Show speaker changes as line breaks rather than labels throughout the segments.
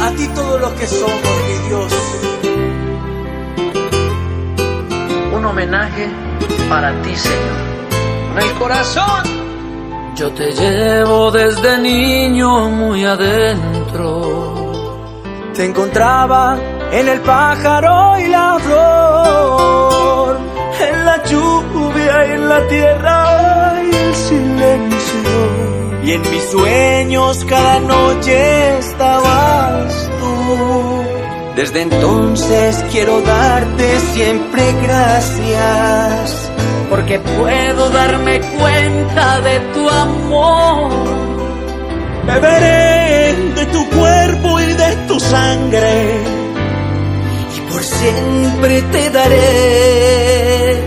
a ti todo lo que somos, mi Dios.
Un homenaje para ti, Señor. En el corazón.
Yo te llevo desde niño muy adentro.
Te encontraba en el pájaro y la flor, en la lluvia y en la tierra y el silencio. Y en mis sueños cada noche estabas tú. Desde entonces quiero darte siempre gracias
porque puedo darme cuenta de tu amor.
Beberé de tu cuerpo y de tu sangre,
y por siempre te daré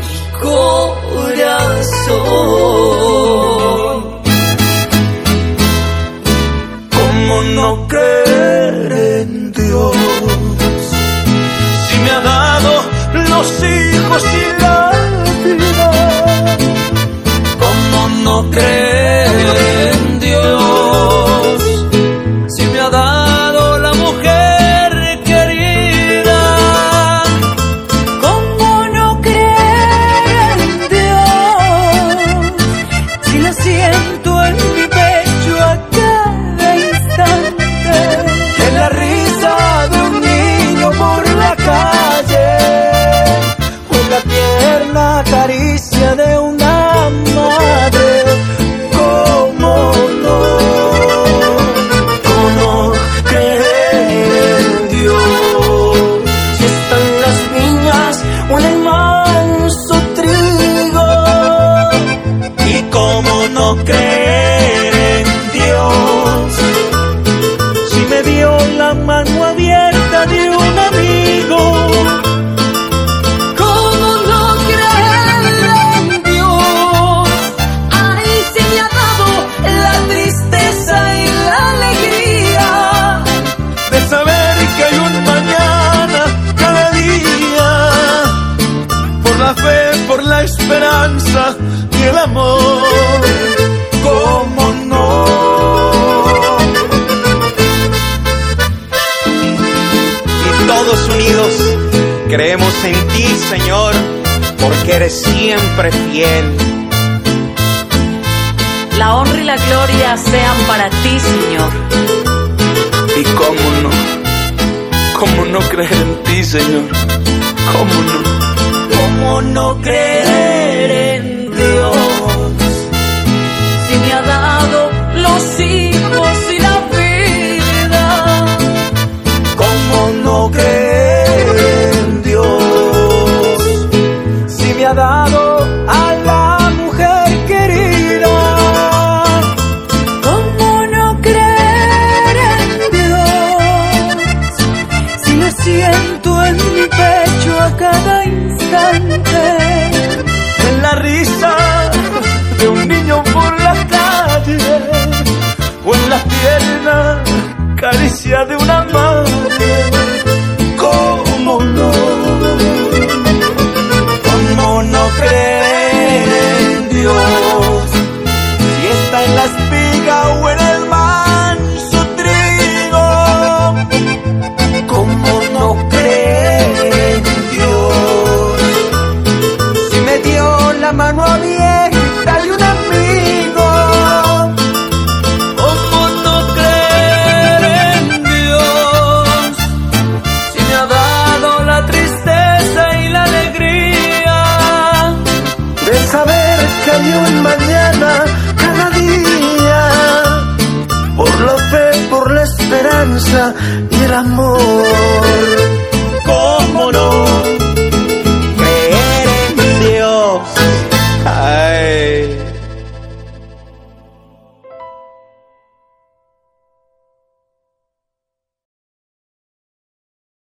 mi corazón.
¿Cómo no creer en Dios? Si me ha dado los hijos y la
¿Cómo no creer en Dios? Si me ha dado la mujer querida.
¿Cómo no creer en Dios? Si lo siento en mi pecho a cada instante.
en la risa de un niño por la calle, o la tierna caricia de una madre. ¿Cómo no? ¿Cómo no creer en Dios? Si están las viñas o en el manso trigo, y cómo no creer en Dios si me dio la mano abierta de un amigo.
¿Cómo no creer en Dios? Ay, si me ha dado la tristeza y la alegría.
de saber que hay un mañana cada día, por la fe, por la esperanza y el amor. ¿Cómo no? Y todos unidos creemos en ti, Señor, porque eres siempre fiel.
La honra y la gloria sean para ti, Señor.
Y cómo no, cómo no creer en ti, Señor. Cómo no,
¿Cómo no creer en Dios?
Si me ha dado los hijos y la vida.
¿Cómo no creer en Dios? Si me ha dado a la mujer querida,
¿Cómo no creer en Dios? Si lo siento en mi pecho a cada instante.
en la risa de un niño por la calle, o en la pierna caricia de una madre. ¿Cómo no? ¿Cómo no creer en Dios? Si está en la espiga o en el manso trigo, ¿cómo no creer en Dios? Si me dio la mano abierta y un amigo,
¿Cómo no creer en Dios? Si me ha dado la tristeza y la alegría.
de saber que hay un mañana cada día, por la fe, por la esperanza y el amor.